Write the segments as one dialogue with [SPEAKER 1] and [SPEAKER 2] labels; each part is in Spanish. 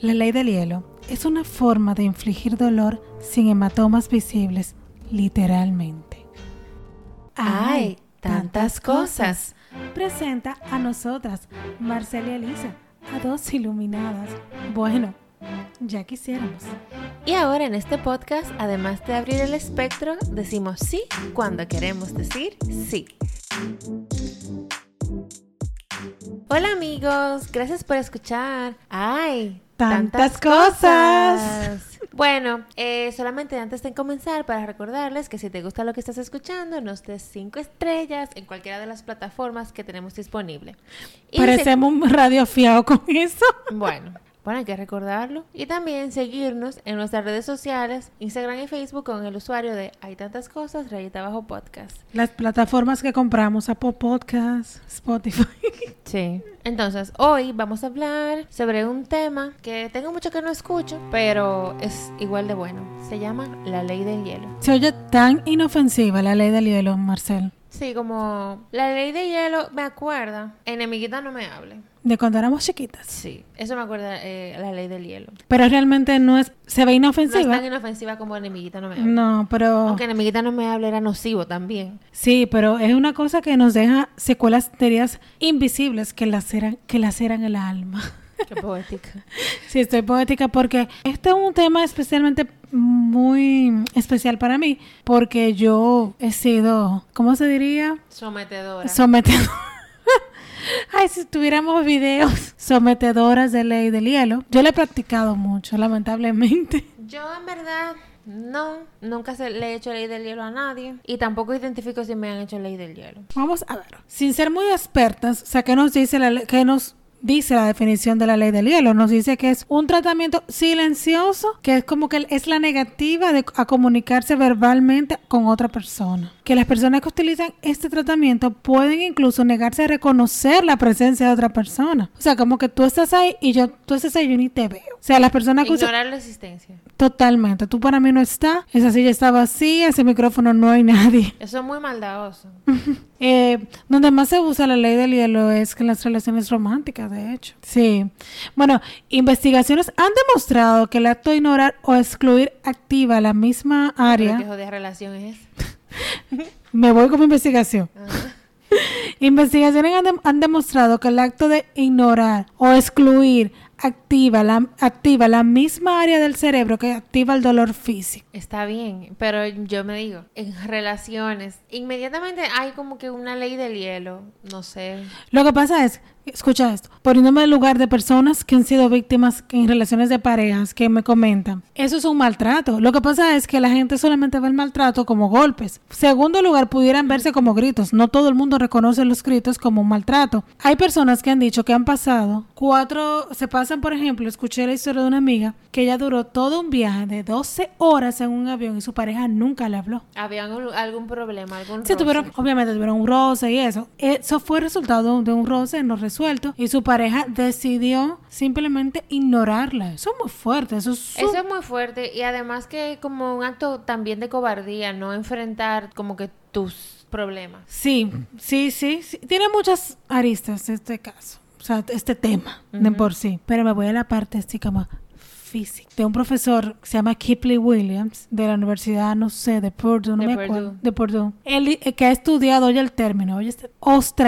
[SPEAKER 1] La ley del hielo es una forma de infligir dolor sin hematomas visibles, literalmente.
[SPEAKER 2] ¡Ay! Tantas cosas.
[SPEAKER 1] Presenta a nosotras, Marcela y Elisa, a dos iluminadas. Bueno, ya quisiéramos.
[SPEAKER 2] Y ahora en este podcast, además de abrir el espectro, decimos sí cuando queremos decir sí. Hola amigos, gracias por escuchar. ¡Ay!
[SPEAKER 1] Tantas cosas.
[SPEAKER 2] Bueno, eh, solamente antes de comenzar, para recordarles que si te gusta lo que estás escuchando, nos des 5 estrellas en cualquiera de las plataformas que tenemos disponible. Y se-
[SPEAKER 1] Parecemos un radio fiado con eso.
[SPEAKER 2] Bueno, bueno, hay que recordarlo. Y también seguirnos en nuestras redes sociales, Instagram y Facebook con el usuario de Hay tantas cosas, rayita abajo podcast.
[SPEAKER 1] Las plataformas que compramos, Apple Podcasts, Spotify.
[SPEAKER 2] Sí. Entonces, hoy vamos a hablar sobre un tema que tengo mucho que no escucho, pero es igual de bueno. Se llama la ley del hielo.
[SPEAKER 1] Se oye tan inofensiva la ley del hielo, Marcel.
[SPEAKER 2] Sí, como la ley de hielo me acuerda, enemiguita no me hable.
[SPEAKER 1] De cuando éramos chiquitas.
[SPEAKER 2] Sí, eso me acuerda eh, la ley del hielo.
[SPEAKER 1] Pero realmente no es... Se ve
[SPEAKER 2] No es
[SPEAKER 1] inofensiva.
[SPEAKER 2] tan inofensiva como enemiguita no me hable.
[SPEAKER 1] No, pero...
[SPEAKER 2] Aunque enemiguita no me hable era nocivo también.
[SPEAKER 1] Sí, pero es una cosa que nos deja secuelas de heridas invisibles que laceran, que laceran el alma.
[SPEAKER 2] Qué poética.
[SPEAKER 1] Sí, estoy poética porque este es un tema especialmente muy especial para mí porque yo he sido, ¿cómo se diría?
[SPEAKER 2] Sometedora.
[SPEAKER 1] Sometedora. Ay, si tuviéramos videos sometedoras de ley del hielo. Yo la he practicado mucho, lamentablemente.
[SPEAKER 2] Yo en verdad no, nunca se le he hecho ley del hielo a nadie y tampoco identifico si me han hecho ley del hielo.
[SPEAKER 1] Vamos a ver. Sin ser muy expertas, o sea, ¿qué nos dice la, le- qué nos dice la definición de la ley del hielo? Nos dice que es un tratamiento silencioso, que es como que es la negativa de, a comunicarse verbalmente con otra persona. Que las personas que utilizan este tratamiento pueden incluso negarse a reconocer la presencia de otra persona. O sea, como que tú estás ahí y yo, tú estás ahí y yo ni te veo. O sea, las personas que usan...
[SPEAKER 2] Ignorar la existencia.
[SPEAKER 1] Totalmente. Tú para mí no estás, esa silla está vacía, ese micrófono no hay nadie.
[SPEAKER 2] Eso es muy maldadoso.
[SPEAKER 1] Eh, donde más se usa la ley del hielo es que en las relaciones románticas, de hecho. Sí. Bueno, investigaciones han demostrado que el acto de ignorar o excluir activa la misma
[SPEAKER 2] Pero qué
[SPEAKER 1] área.
[SPEAKER 2] jodida relación es esa.
[SPEAKER 1] Me voy con mi investigación.
[SPEAKER 2] Ajá.
[SPEAKER 1] Investigaciones han, dem- han demostrado que el acto de ignorar o excluir activa la, activa la misma área del cerebro que activa el dolor físico.
[SPEAKER 2] Está bien, pero yo me digo, en relaciones, inmediatamente hay como que una ley del hielo, no sé.
[SPEAKER 1] Lo que pasa es, escucha esto, poniéndome en el lugar de personas que han sido víctimas en relaciones de parejas que me comentan, eso es un maltrato. Lo que pasa es que la gente solamente ve el maltrato como golpes. Segundo lugar, pudieran verse como gritos. No todo el mundo reconoce los gritos como un maltrato. Hay personas que han dicho que han pasado cuatro, se pasan, por ejemplo, escuché la historia de una amiga que ella duró todo un viaje de 12 horas en un avión y su pareja nunca le habló.
[SPEAKER 2] Había algún, algún problema, algún
[SPEAKER 1] Se
[SPEAKER 2] roce.
[SPEAKER 1] tuvieron, obviamente tuvieron un roce y eso. Eso fue resultado de un roce no resuelto y su pareja decidió simplemente ignorarla. Eso es muy fuerte, eso es... su-
[SPEAKER 2] Eso es muy fuerte y además que como un acto también de cobardía, no enfrentar como que tus problemas.
[SPEAKER 1] Sí, sí, sí, sí. Tiene muchas aristas este caso, o sea, este tema de por sí. Pero me voy a la parte así como física. De un profesor que se llama Kipley Williams de la universidad, no sé, de Purdue, no
[SPEAKER 2] De
[SPEAKER 1] me acuerdo.
[SPEAKER 2] Purdue.
[SPEAKER 1] De Purdue. Él eh, que ha estudiado hoy el término, oye, este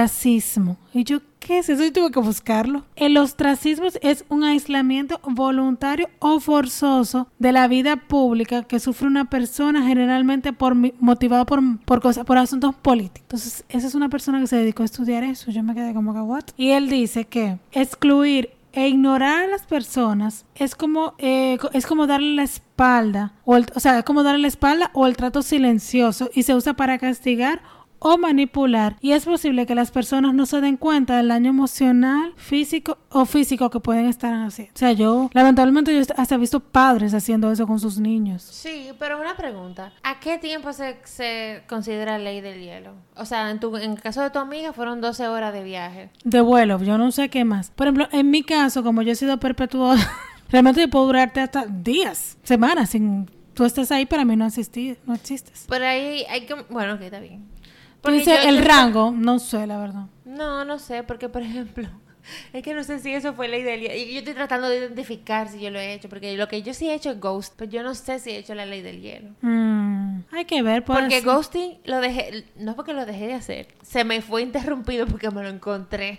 [SPEAKER 1] ostracismo. Y yo, ¿qué es eso? Yo tuve que buscarlo. El ostracismo es un aislamiento voluntario o forzoso de la vida pública que sufre una persona generalmente por mi- motivado por, por, cosas, por asuntos políticos. Entonces, esa es una persona que se dedicó a estudiar eso. Yo me quedé como que, ¿what? Y él dice que excluir e ignorar a las personas es como eh, co- es como darle la espalda o, el- o sea es como darle la espalda o el trato silencioso y se usa para castigar o manipular y es posible que las personas no se den cuenta del daño emocional físico o físico que pueden estar haciendo o sea yo lamentablemente yo hasta he visto padres haciendo eso con sus niños
[SPEAKER 2] Sí, pero una pregunta. ¿A qué tiempo se, se considera ley del hielo? O sea, en, tu, en el caso de tu amiga fueron 12 horas de viaje.
[SPEAKER 1] de vuelo, yo no sé qué más. Por ejemplo, en mi caso, como yo he sido perpetuada, realmente yo puedo durarte hasta días, semanas, sin tú estás ahí, para mí no existir, no existes.
[SPEAKER 2] Por ahí hay que... Bueno, ok, está bien.
[SPEAKER 1] Tú
[SPEAKER 2] Porque
[SPEAKER 1] dices
[SPEAKER 2] yo-
[SPEAKER 1] el
[SPEAKER 2] yo-
[SPEAKER 1] rango, no sé, la verdad.
[SPEAKER 2] No, no sé, porque por ejemplo, Es que no sé si eso fue la idea. Y yo estoy tratando de identificar si yo lo he hecho, porque lo que yo sí he hecho es ghost, pero yo no sé si he hecho la ley del hielo.
[SPEAKER 1] Mm, hay que ver, pues.
[SPEAKER 2] Porque ghosting lo dejé, no porque lo dejé de hacer, se me fue interrumpido porque me lo encontré.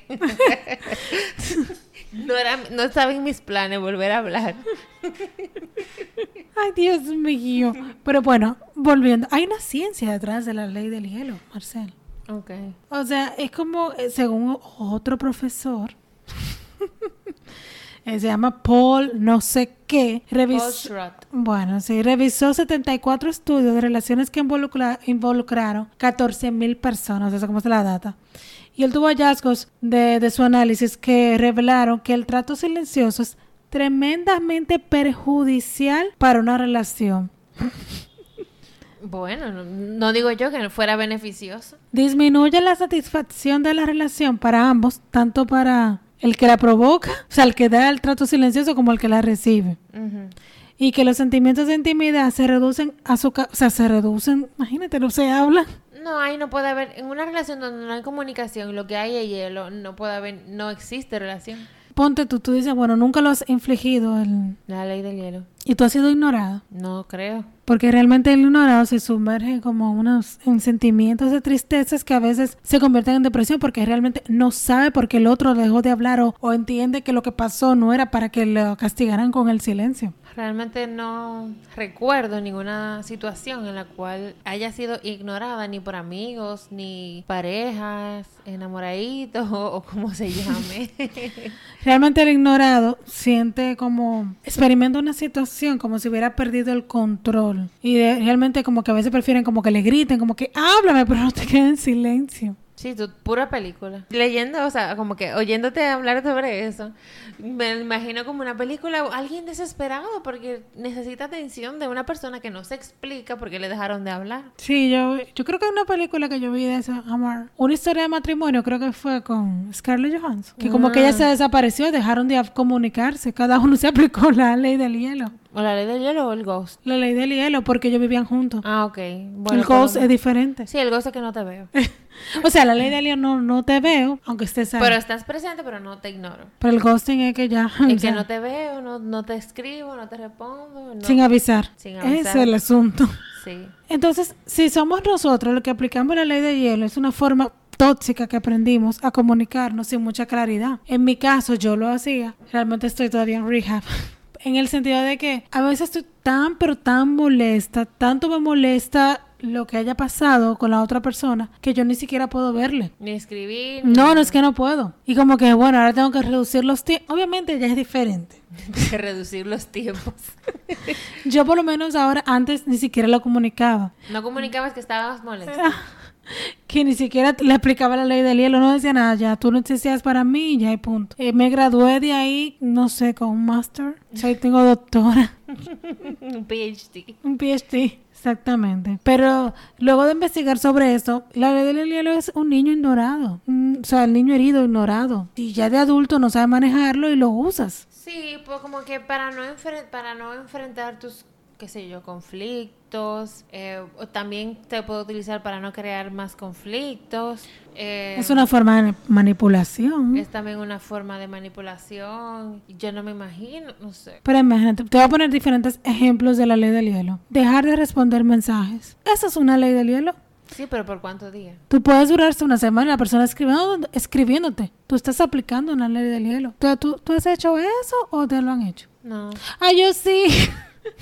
[SPEAKER 2] no, era, no estaba en mis planes volver a hablar.
[SPEAKER 1] Ay, Dios mío. Pero bueno, volviendo, hay una ciencia detrás de la ley del hielo, Marcel.
[SPEAKER 2] Okay.
[SPEAKER 1] O sea, es como, eh, según otro profesor, eh, se llama Paul no sé qué, revisó, bueno, sí, revisó 74 estudios de relaciones que involucra, involucraron 14 mil personas, eso como se la data. Y él tuvo hallazgos de, de su análisis que revelaron que el trato silencioso es tremendamente perjudicial para una relación.
[SPEAKER 2] Bueno, no, no, digo yo que no fuera beneficioso.
[SPEAKER 1] Disminuye la satisfacción de la relación para ambos, tanto para el que la provoca, o sea, el que da el trato silencioso como el que la recibe. Uh -huh. Y que los sentimientos de intimidad se reducen a su... O sea, se reducen, imagínate, no se habla.
[SPEAKER 2] No, ahí no puede haber, en una relación donde no hay comunicación, lo que hay es hielo, no puede haber, no existe relación.
[SPEAKER 1] Ponte tú, tú dices, bueno, nunca lo has infligido el...
[SPEAKER 2] La ley del hielo.
[SPEAKER 1] ¿Y tú has sido ignorado?
[SPEAKER 2] No creo.
[SPEAKER 1] Porque realmente el ignorado se sumerge como unos, en sentimientos de tristezas que a veces se convierten en depresión porque realmente no sabe por qué el otro dejó de hablar o, o, entiende que lo que pasó no era para que lo castigaran con el silencio.
[SPEAKER 2] Realmente no recuerdo ninguna situación en la cual haya sido ignorada ni por amigos, ni parejas, enamoraditos o, o como se llame.
[SPEAKER 1] realmente el ignorado siente como experimenta una situación como si hubiera perdido el control. Y de, realmente como que a veces prefieren como que le griten, como que háblame, pero no te queden en silencio.
[SPEAKER 2] Sí, tú, pura película. Leyendo, o sea, como que oyéndote hablar sobre eso, me imagino como una película, alguien desesperado porque necesita atención de una persona que no se explica porque le dejaron de hablar.
[SPEAKER 1] Sí, yo, yo creo que una película que yo vi de esa, Amar, una historia de matrimonio, creo que fue con Scarlett Johansson, que como ah. que ella se desapareció, dejaron de comunicarse, cada uno se aplicó la ley del hielo.
[SPEAKER 2] ¿O la ley del hielo o el ghost?
[SPEAKER 1] La ley del hielo, porque ellos vivían juntos.
[SPEAKER 2] Ah, ok.
[SPEAKER 1] Bueno, el ghost es diferente.
[SPEAKER 2] Sí, el ghost es que no te veo.
[SPEAKER 1] o sea, la ley del hielo no, no te veo, aunque estés ahí.
[SPEAKER 2] Pero estás presente, pero no te ignoro.
[SPEAKER 1] Pero el ghosting es que ya...
[SPEAKER 2] Es que no te veo, no, no te escribo, no te respondo. No,
[SPEAKER 1] sin avisar.
[SPEAKER 2] Sin avisar.
[SPEAKER 1] Ese es el asunto.
[SPEAKER 2] Sí.
[SPEAKER 1] Entonces, si somos nosotros los que aplicamos la ley del hielo, es una forma tóxica que aprendimos a comunicarnos sin mucha claridad. En mi caso, yo lo hacía. Realmente estoy todavía en rehab. en el sentido de que a veces estoy tan, pero tan molesta, tanto me molesta lo que haya pasado con la otra persona que yo ni siquiera puedo verle.
[SPEAKER 2] Ni escribir.
[SPEAKER 1] Ni no, no es que no puedo. Y como que, bueno, ahora tengo que reducir los tiempos. Obviamente ya es diferente.
[SPEAKER 2] reducir los tiempos.
[SPEAKER 1] yo por lo menos ahora antes ni siquiera lo comunicaba.
[SPEAKER 2] No comunicabas que estabas molesta.
[SPEAKER 1] que ni siquiera le aplicaba la ley del hielo, no decía nada, ya tú no existías para mí, ya y punto. Eh, me gradué de ahí, no sé, con un máster, o sea, tengo doctora.
[SPEAKER 2] un PhD.
[SPEAKER 1] Un PhD, exactamente. Pero luego de investigar sobre eso, la ley del hielo es un niño ignorado, mm, o sea, el niño herido, ignorado. Y ya de adulto no sabes manejarlo y lo usas.
[SPEAKER 2] Sí, pues como que para no, para no enfrentar tus qué sé yo, conflictos. Eh, o también te puedo utilizar para no crear más conflictos. Eh,
[SPEAKER 1] es una forma de manipulación.
[SPEAKER 2] Es también una forma de manipulación. Yo no me imagino, no sé.
[SPEAKER 1] Pero imagínate, te voy a poner diferentes ejemplos de la ley del hielo. Dejar de responder mensajes. Esa es una ley del hielo.
[SPEAKER 2] Sí, pero ¿por cuántos días?
[SPEAKER 1] Tú puedes durarse una semana y la persona escribiendo, escribiéndote. Tú estás aplicando una ley del hielo. ¿Tú, tú, tú has hecho eso o te lo han hecho?
[SPEAKER 2] No.
[SPEAKER 1] Ah, yo sí.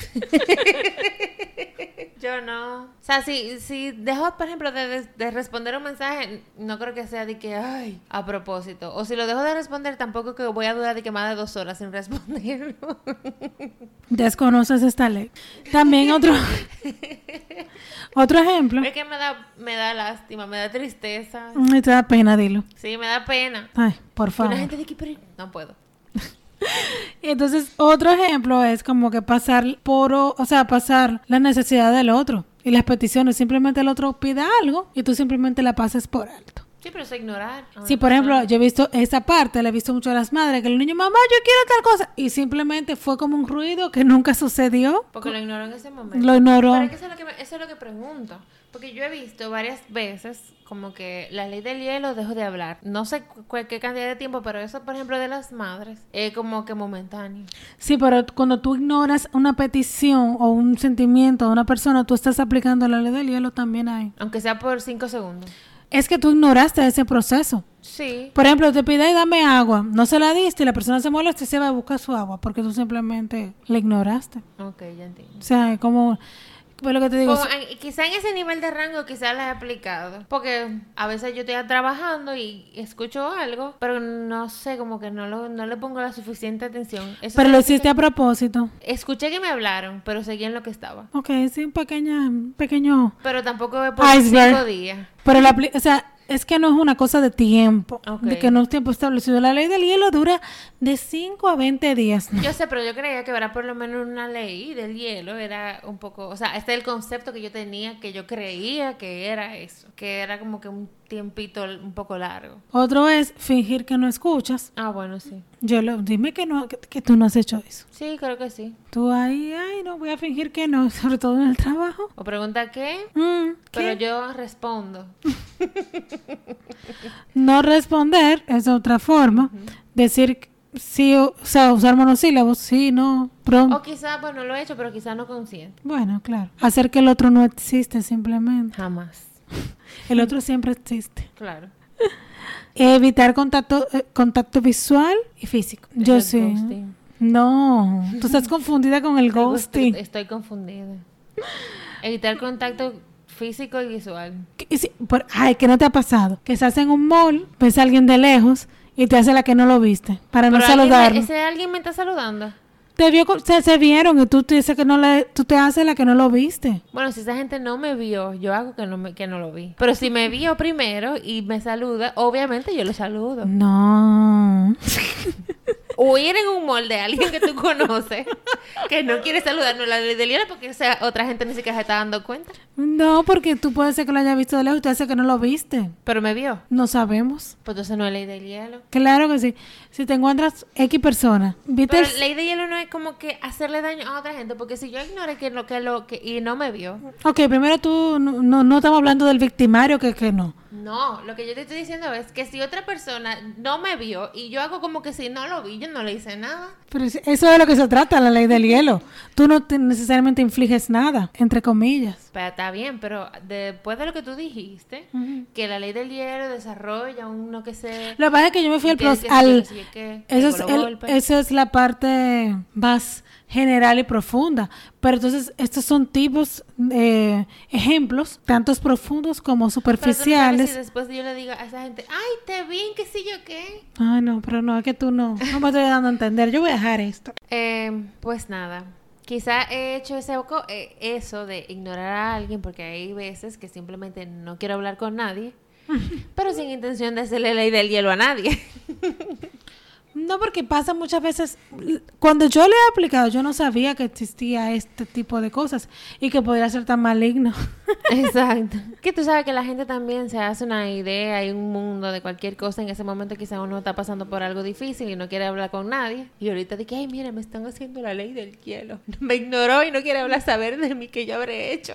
[SPEAKER 2] Yo no. O sea, si, si dejo, por ejemplo, de, de, responder un mensaje, no creo que sea de que, ay, a propósito. O si lo dejo de responder, tampoco que voy a durar de que más de dos horas sin responderlo.
[SPEAKER 1] Desconoces esta ley. También otro, otro ejemplo.
[SPEAKER 2] Es que me da, me da lástima, me da tristeza.
[SPEAKER 1] Me te da pena, dilo.
[SPEAKER 2] Sí, me da pena.
[SPEAKER 1] Ay, por favor.
[SPEAKER 2] La gente de que, pero no puedo.
[SPEAKER 1] Entonces, otro ejemplo es como que pasar por, o sea, pasar la necesidad del otro y las peticiones. Simplemente el otro pida algo y tú simplemente la pasas por alto.
[SPEAKER 2] Sí, pero eso ignorar.
[SPEAKER 1] Sí, por ejemplo, yo he visto esa parte, la he visto mucho a las madres, que el niño, mamá, yo quiero tal cosa. Y simplemente fue como un ruido que nunca sucedió.
[SPEAKER 2] Porque lo ignoró en ese momento.
[SPEAKER 1] Lo ignoró.
[SPEAKER 2] Pero es que eso, es lo que me, eso es lo que pregunto. Porque yo he visto varias veces como que la ley del hielo dejó de hablar. No sé cu- qué cantidad de tiempo, pero eso, por ejemplo, de las madres, es como que momentáneo.
[SPEAKER 1] Sí, pero cuando tú ignoras una petición o un sentimiento de una persona, tú estás aplicando la ley del hielo también ahí.
[SPEAKER 2] Aunque sea por cinco segundos.
[SPEAKER 1] Es que tú ignoraste ese proceso.
[SPEAKER 2] Sí.
[SPEAKER 1] Por ejemplo, te pide dame agua, no se la diste y la persona se molesta y se va a buscar su agua porque tú simplemente la ignoraste.
[SPEAKER 2] Ok, ya entiendo.
[SPEAKER 1] O sea, es como... Pues lo que te digo,
[SPEAKER 2] Como en- quizá en ese nivel de rango quizá la he aplicado. Porque a veces yo estoy trabajando y escucho algo, pero no sé, como que no, lo- no le pongo la suficiente atención. Eso
[SPEAKER 1] pero lo
[SPEAKER 2] significa-
[SPEAKER 1] hiciste a propósito.
[SPEAKER 2] Escuché que me hablaron, pero seguí en lo que estaba.
[SPEAKER 1] Ok, sí, un pequeña, un pequeño...
[SPEAKER 2] Pero tampoco por
[SPEAKER 1] Iceberg.
[SPEAKER 2] cinco días.
[SPEAKER 1] Pero la, apli- o sea, es que no es una cosa de tiempo, de
[SPEAKER 2] Ok.
[SPEAKER 1] que no es tiempo establecido. La ley del hielo dura de 5 a 20 días.
[SPEAKER 2] Yo sé, pero yo creía que era por lo menos una ley del hielo, era un poco, o sea, este es el concepto que yo tenía, que yo creía que era eso, que era como que un tiempito l- un poco largo.
[SPEAKER 1] Otro es fingir que no escuchas.
[SPEAKER 2] Ah, bueno, sí.
[SPEAKER 1] Yo lo, dime que no, que, que tú no has hecho eso.
[SPEAKER 2] Sí, creo que sí.
[SPEAKER 1] Tú ahí, ay, no voy a fingir que no, sobre todo en el trabajo.
[SPEAKER 2] O pregunta qué,
[SPEAKER 1] Mm, ¿qué?
[SPEAKER 2] pero yo respondo.
[SPEAKER 1] No responder es otra forma. Decir sí, o, o sea, usar monosílabos, sí, no, pronto.
[SPEAKER 2] O quizá, bueno, lo he hecho, pero quizá no consciente.
[SPEAKER 1] Bueno, claro. Hacer que el otro no existe simplemente.
[SPEAKER 2] Jamás.
[SPEAKER 1] El otro siempre existe.
[SPEAKER 2] Claro.
[SPEAKER 1] Evitar contacto, eh, contacto visual y físico.
[SPEAKER 2] Es
[SPEAKER 1] Yo
[SPEAKER 2] el
[SPEAKER 1] sí.
[SPEAKER 2] ghosting.
[SPEAKER 1] No, tú estás confundida con el ghosting.
[SPEAKER 2] Estoy confundida. Evitar contacto físico y visual.
[SPEAKER 1] Que- y si- por- ay, que no te ha pasado. Que estás en un mall, ves a alguien de lejos y te hace la que no lo viste para no
[SPEAKER 2] Pero alguien me-
[SPEAKER 1] saludarlo.
[SPEAKER 2] ese alguien me está saludando.
[SPEAKER 1] Te vio, con- se, se vieron y tú te, dices que no la- tú te haces la que no lo viste.
[SPEAKER 2] Bueno, si esa gente no me vio, yo hago que no, me, que no lo vi. Pero si me vio primero y me saluda, obviamente yo lo saludo.
[SPEAKER 1] No.
[SPEAKER 2] O ir en un molde a alguien que tú conoces que no quiere saludarnos la ley del hielo porque esa otra gente ni siquiera se está dando cuenta.
[SPEAKER 1] No, porque tú puedes ser que lo hayas visto de lejos y te hace que no lo viste.
[SPEAKER 2] Pero me vio.
[SPEAKER 1] No sabemos.
[SPEAKER 2] Pues entonces no es ley del hielo.
[SPEAKER 1] Claro que sí. Si te encuentras X persona, viste
[SPEAKER 2] Pero
[SPEAKER 1] el-
[SPEAKER 2] ley del hielo no es como que hacerle daño a otra gente, porque si yo ignoré que lo que lo que y no me vio.
[SPEAKER 1] Ok, primero tú, no, no, no estamos hablando del victimario, que, que no.
[SPEAKER 2] No, lo que yo te estoy diciendo es que si otra persona no me vio y yo hago como que si no lo vi, yo no le hice nada.
[SPEAKER 1] Pero es- eso es de lo que se trata, la ley del hielo. Tú no te- necesariamente infliges nada, entre comillas.
[SPEAKER 2] Pero está bien, pero después de lo que tú dijiste, que la ley del hielo desarrolla uno que se...
[SPEAKER 1] Lo que pasa es que yo me fui al...
[SPEAKER 2] que-
[SPEAKER 1] pros-
[SPEAKER 2] que-
[SPEAKER 1] al
[SPEAKER 2] que- que- que
[SPEAKER 1] eso es
[SPEAKER 2] pegó
[SPEAKER 1] el-
[SPEAKER 2] golpe.
[SPEAKER 1] esa es la parte más general y profunda. Pero entonces, estos son tipos, eh, ejemplos, tantos profundos como
[SPEAKER 2] Pero tú no sabes
[SPEAKER 1] superficiales.
[SPEAKER 2] si después yo le diga a esa gente, ay, te vi, en qué sé yo qué.
[SPEAKER 1] Ay, no, pero no, es que tú no. No me estoy dando a entender. Yo voy a dejar esto.
[SPEAKER 2] Eh, pues nada, quizá he hecho ese poco, eh, eso de ignorar a alguien, porque hay veces que simplemente no quiero hablar con nadie, pero sin intención de hacerle ley del hielo a nadie.
[SPEAKER 1] No, porque pasa muchas veces. Cuando yo le he aplicado, yo no sabía que existía este tipo de cosas y que podría ser tan maligno.
[SPEAKER 2] Exacto. Que tú sabes que la gente también se hace una idea y un mundo de cualquier cosa. En ese momento quizás uno está pasando por algo difícil y no quiere hablar con nadie. Y ahorita de que, ay, mira, me están haciendo la ley del hielo. Me ignoró y no quiere hablar, saber de mí que yo habré hecho.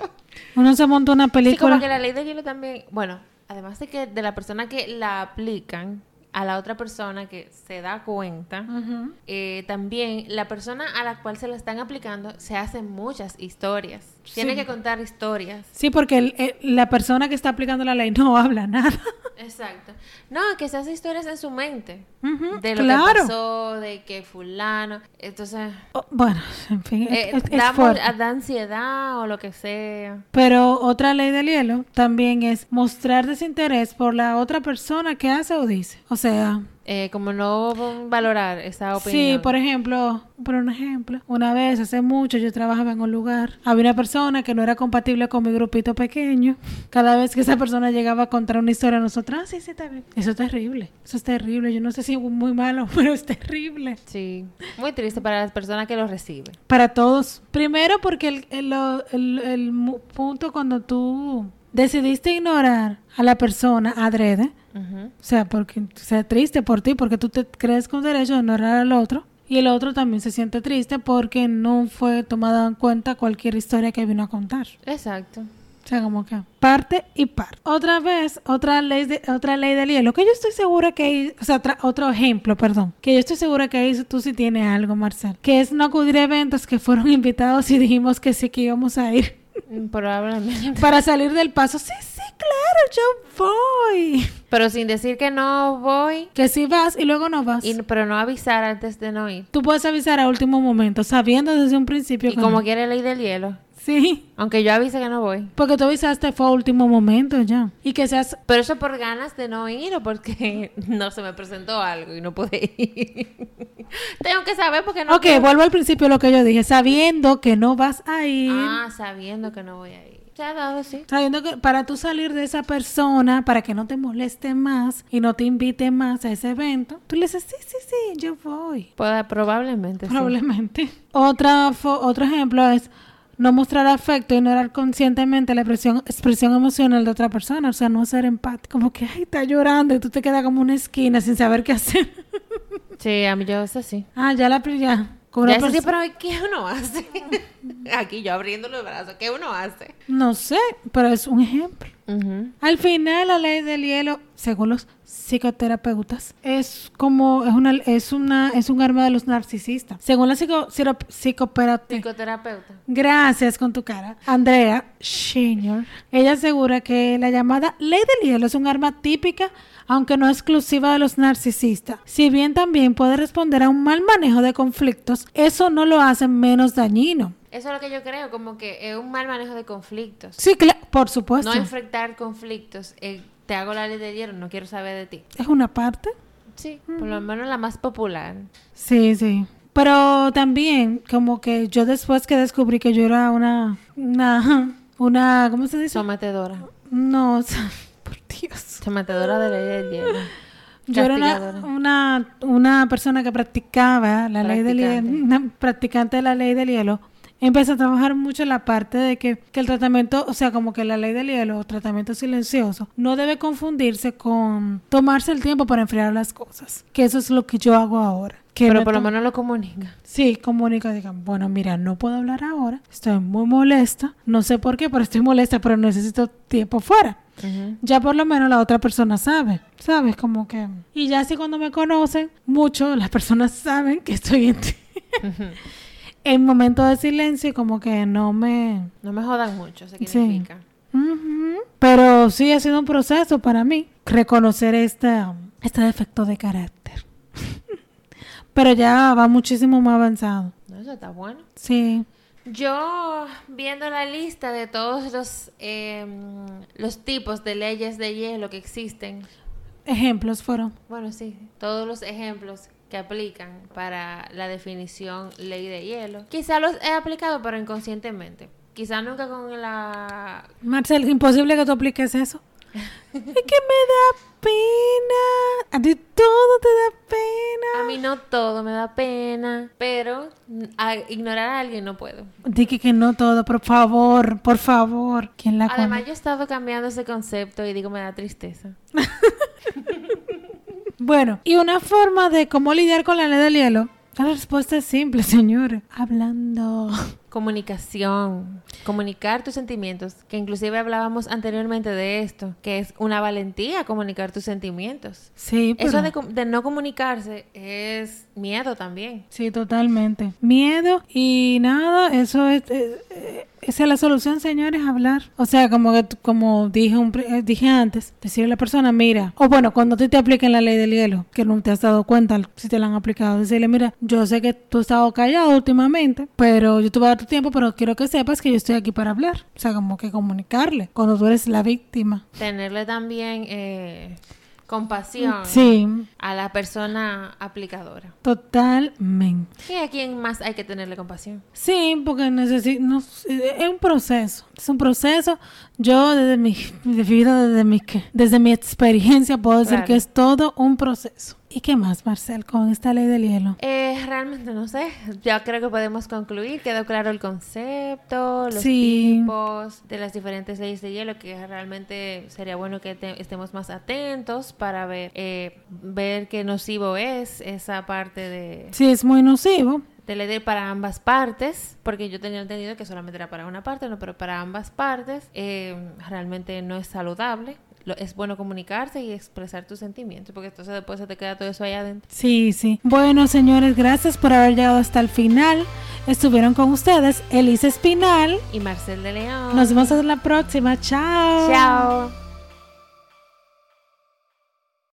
[SPEAKER 1] Uno se monta una
[SPEAKER 2] Sí, como que
[SPEAKER 1] película.
[SPEAKER 2] la ley del hielo también, bueno, además de que de la persona que la aplican a la otra persona que se da cuenta,
[SPEAKER 1] Ujú.
[SPEAKER 2] eh, también la persona a la cual se la están aplicando se hacen muchas historias. Tiene
[SPEAKER 1] Sí.
[SPEAKER 2] que contar historias.
[SPEAKER 1] Sí, porque el- el- la persona que está aplicando la ley no habla nada.
[SPEAKER 2] Exacto. No, que se hace historias en su mente.
[SPEAKER 1] Ujú,
[SPEAKER 2] De lo que
[SPEAKER 1] claro.
[SPEAKER 2] pasó, de que fulano. Entonces,
[SPEAKER 1] Oh, bueno, en fin, es-
[SPEAKER 2] eh,
[SPEAKER 1] es- es
[SPEAKER 2] da, mu-
[SPEAKER 1] fuerte.
[SPEAKER 2] da ansiedad o lo que sea.
[SPEAKER 1] Pero otra ley del hielo también es mostrar desinterés por la otra persona que hace o dice. O sea,
[SPEAKER 2] Eh, como no valorar esa opinión.
[SPEAKER 1] Sí, por ejemplo, por un ejemplo, una vez hace mucho yo trabajaba en un lugar, había una persona que no era compatible con mi grupito pequeño. Cada vez que esa persona llegaba a contar una historia a nosotros, ah, sí, sí, está bien. Eso es terrible, eso es terrible. Yo no sé si es muy malo, pero es terrible.
[SPEAKER 2] Sí. Muy triste para las personas que lo reciben.
[SPEAKER 1] Para todos. Primero porque el, el- lo- el- el mu- punto cuando tú decidiste ignorar a la persona adrede,
[SPEAKER 2] Ujú.
[SPEAKER 1] o sea, porque o sea triste por ti, porque tú te crees con derecho de ignorar al otro. Y el otro también se siente triste porque no fue tomada en cuenta cualquier historia que vino a contar.
[SPEAKER 2] Exacto.
[SPEAKER 1] O sea, como que parte y parte. Otra vez, otra ley, de, otra ley del hielo, que yo estoy segura que, o sea, tra- otro ejemplo, perdón, que yo estoy segura que ahí tú sí tienes algo, Marcel, que es no acudir a eventos que fueron invitados y dijimos que sí que íbamos a ir
[SPEAKER 2] Mm, Probablemente.
[SPEAKER 1] para salir del paso. Sí, sí, claro, yo voy.
[SPEAKER 2] Pero sin decir que no voy,
[SPEAKER 1] Que sí vas y luego no vas.
[SPEAKER 2] y, pero no avisar antes de no ir.
[SPEAKER 1] Tú puedes avisar a último momento, sabiendo desde un principio
[SPEAKER 2] y
[SPEAKER 1] que
[SPEAKER 2] como
[SPEAKER 1] no.
[SPEAKER 2] quiere ley del hielo.
[SPEAKER 1] Sí,
[SPEAKER 2] Aunque yo avise que no voy.
[SPEAKER 1] porque tú avisaste fue a último momento ya. Y que seas
[SPEAKER 2] Pero eso por ganas de no ir o porque no se me presentó algo y no pude ir. Tengo que saber porque no
[SPEAKER 1] ok,
[SPEAKER 2] quiero-
[SPEAKER 1] vuelvo al principio lo que yo dije, sabiendo que no vas a ir,
[SPEAKER 2] Ah, sabiendo que no voy a ir. Se ha dado, sí.
[SPEAKER 1] sabiendo que para tú salir de esa persona, para que no te moleste más y no te invite más a ese evento, tú le dices, sí, sí, sí, yo voy.
[SPEAKER 2] Pueda- Pues, probablemente. sí.
[SPEAKER 1] Probablemente. Otra fo- otro ejemplo es no mostrar afecto, ignorar conscientemente la expresión, expresión emocional de otra persona, o sea, no ser empático, como que, ay, está llorando y tú te quedas como una esquina sin saber qué hacer.
[SPEAKER 2] Sí, a mí yo eso sí.
[SPEAKER 1] ah, ya la pri- ya. Con una
[SPEAKER 2] Ya eso sí,
[SPEAKER 1] perso-
[SPEAKER 2] pero ¿qué uno hace? Aquí yo abriendo los brazos, ¿qué uno hace?
[SPEAKER 1] No sé, pero es un ejemplo. Al final, la ley del hielo, según los psicoterapeutas, es como es una es una es un arma de los narcisistas. Según la psico, siro- psicopera-
[SPEAKER 2] Psicoterapeuta.
[SPEAKER 1] Gracias con tu cara. Andrea Senior. Ella asegura que la llamada ley del hielo es un arma típica, aunque no exclusiva de los narcisistas. Si bien también puede responder a un mal manejo de conflictos, eso no lo hace menos dañino.
[SPEAKER 2] Eso es lo que yo creo, como que es un mal manejo de conflictos.
[SPEAKER 1] Sí, cla- por supuesto.
[SPEAKER 2] No enfrentar conflictos. eh, te hago la ley de hierro, no quiero saber de ti.
[SPEAKER 1] es una parte.
[SPEAKER 2] Sí, por lo menos la más popular.
[SPEAKER 1] Sí, sí. Pero también, como que yo después que descubrí que yo era una, una, una, ¿cómo se dice?
[SPEAKER 2] Sometedora.
[SPEAKER 1] No, o sea, por Dios.
[SPEAKER 2] Sometedora de ley del hielo.
[SPEAKER 1] Yo era una,
[SPEAKER 2] Castigadora.
[SPEAKER 1] una, una persona que practicaba la ley del hielo,
[SPEAKER 2] Practicante.
[SPEAKER 1] una practicante de la ley del hielo. Empecé a trabajar mucho la parte de que, que el tratamiento, o sea, como que la ley del hielo, o tratamiento silencioso, no debe confundirse con tomarse el tiempo para enfriar las cosas. Que eso es lo que yo hago ahora. Que
[SPEAKER 2] Pero
[SPEAKER 1] me
[SPEAKER 2] por lo
[SPEAKER 1] tomo-
[SPEAKER 2] menos lo comunica.
[SPEAKER 1] Sí, comunica, digan, bueno, mira, no puedo hablar ahora, estoy muy molesta, no sé por qué, pero estoy molesta, pero necesito tiempo fuera. Ya por lo menos la otra persona sabe, ¿sabes? Como que... Y ya así cuando me conocen, mucho las personas saben que estoy en, en momento de silencio y como que no me...
[SPEAKER 2] No me jodan mucho, se significa.
[SPEAKER 1] Ujú. Pero sí ha sido un proceso para mí reconocer esta, este defecto de carácter. pero ya va muchísimo más avanzado.
[SPEAKER 2] No, eso está bueno.
[SPEAKER 1] Sí.
[SPEAKER 2] Yo, viendo la lista de todos los, eh, los tipos de leyes de hielo que existen,
[SPEAKER 1] Ejemplos fueron.
[SPEAKER 2] bueno, sí, todos los ejemplos que aplican para la definición ley de hielo, quizá los he aplicado, pero inconscientemente. Quizá nunca con la...
[SPEAKER 1] Marcel, imposible que tú apliques eso. es que me da pena. A ti todo te da
[SPEAKER 2] A
[SPEAKER 1] pena.
[SPEAKER 2] mí no todo me da pena, pero mm, a- ignorar a alguien no puedo.
[SPEAKER 1] Dije que, no todo, por favor, por favor. ¿Quién la
[SPEAKER 2] Además,
[SPEAKER 1] conoce?
[SPEAKER 2] yo he estado cambiando ese concepto y digo, me da tristeza.
[SPEAKER 1] Bueno, y una forma de cómo lidiar con la ley del hielo. La respuesta es simple, señores. Hablando.
[SPEAKER 2] Comunicación, comunicar tus sentimientos, que inclusive hablábamos anteriormente de esto, que es una valentía comunicar tus sentimientos.
[SPEAKER 1] Sí, pero...
[SPEAKER 2] Eso de, com- de no comunicarse es miedo también.
[SPEAKER 1] Sí, totalmente. Miedo y nada, eso es, eh, eh, esa es la solución, señores, hablar. O sea, como que tú- como dije un pri- eh, dije antes, decirle a la persona, mira, o bueno, cuando a ti te apliquen la ley del hielo, que no te has dado cuenta si te la han aplicado, decirle, mira, yo sé que tú has estado callado últimamente, pero yo te voy a dar tu tiempo, pero quiero que sepas que yo estoy aquí para hablar. O sea, como que comunicarle cuando tú eres la víctima.
[SPEAKER 2] Tenerle también eh, compasión
[SPEAKER 1] Sí,
[SPEAKER 2] a la persona aplicadora.
[SPEAKER 1] totalmente.
[SPEAKER 2] ¿Y a quién más hay que tenerle compasión?
[SPEAKER 1] Sí, porque necesi- no sé, es un proceso, es un proceso. Yo desde mi de vida, desde mi, que- desde mi experiencia puedo decir
[SPEAKER 2] Claro.
[SPEAKER 1] que es todo un proceso. ¿Y qué más, Marcel, con esta ley del hielo?
[SPEAKER 2] Eh, realmente no sé. Ya creo que podemos concluir. Quedó claro el concepto, los
[SPEAKER 1] Sí.
[SPEAKER 2] tipos de las diferentes leyes de hielo, que realmente sería bueno que te- estemos más atentos para ver, eh, ver qué nocivo es esa parte de...
[SPEAKER 1] Sí, es muy nocivo.
[SPEAKER 2] Teledate para ambas partes, porque yo tenía entendido que solamente era para una parte, no, pero para ambas partes eh, realmente no es saludable. Lo- es bueno comunicarse y expresar tus sentimientos, porque entonces después se te queda todo eso ahí adentro.
[SPEAKER 1] Sí, sí. Bueno, señores, gracias por haber llegado hasta el final. Estuvieron con ustedes Elise Espinal.
[SPEAKER 2] Y Marcel de León.
[SPEAKER 1] Nos vemos en la próxima. Chao.
[SPEAKER 2] Chao.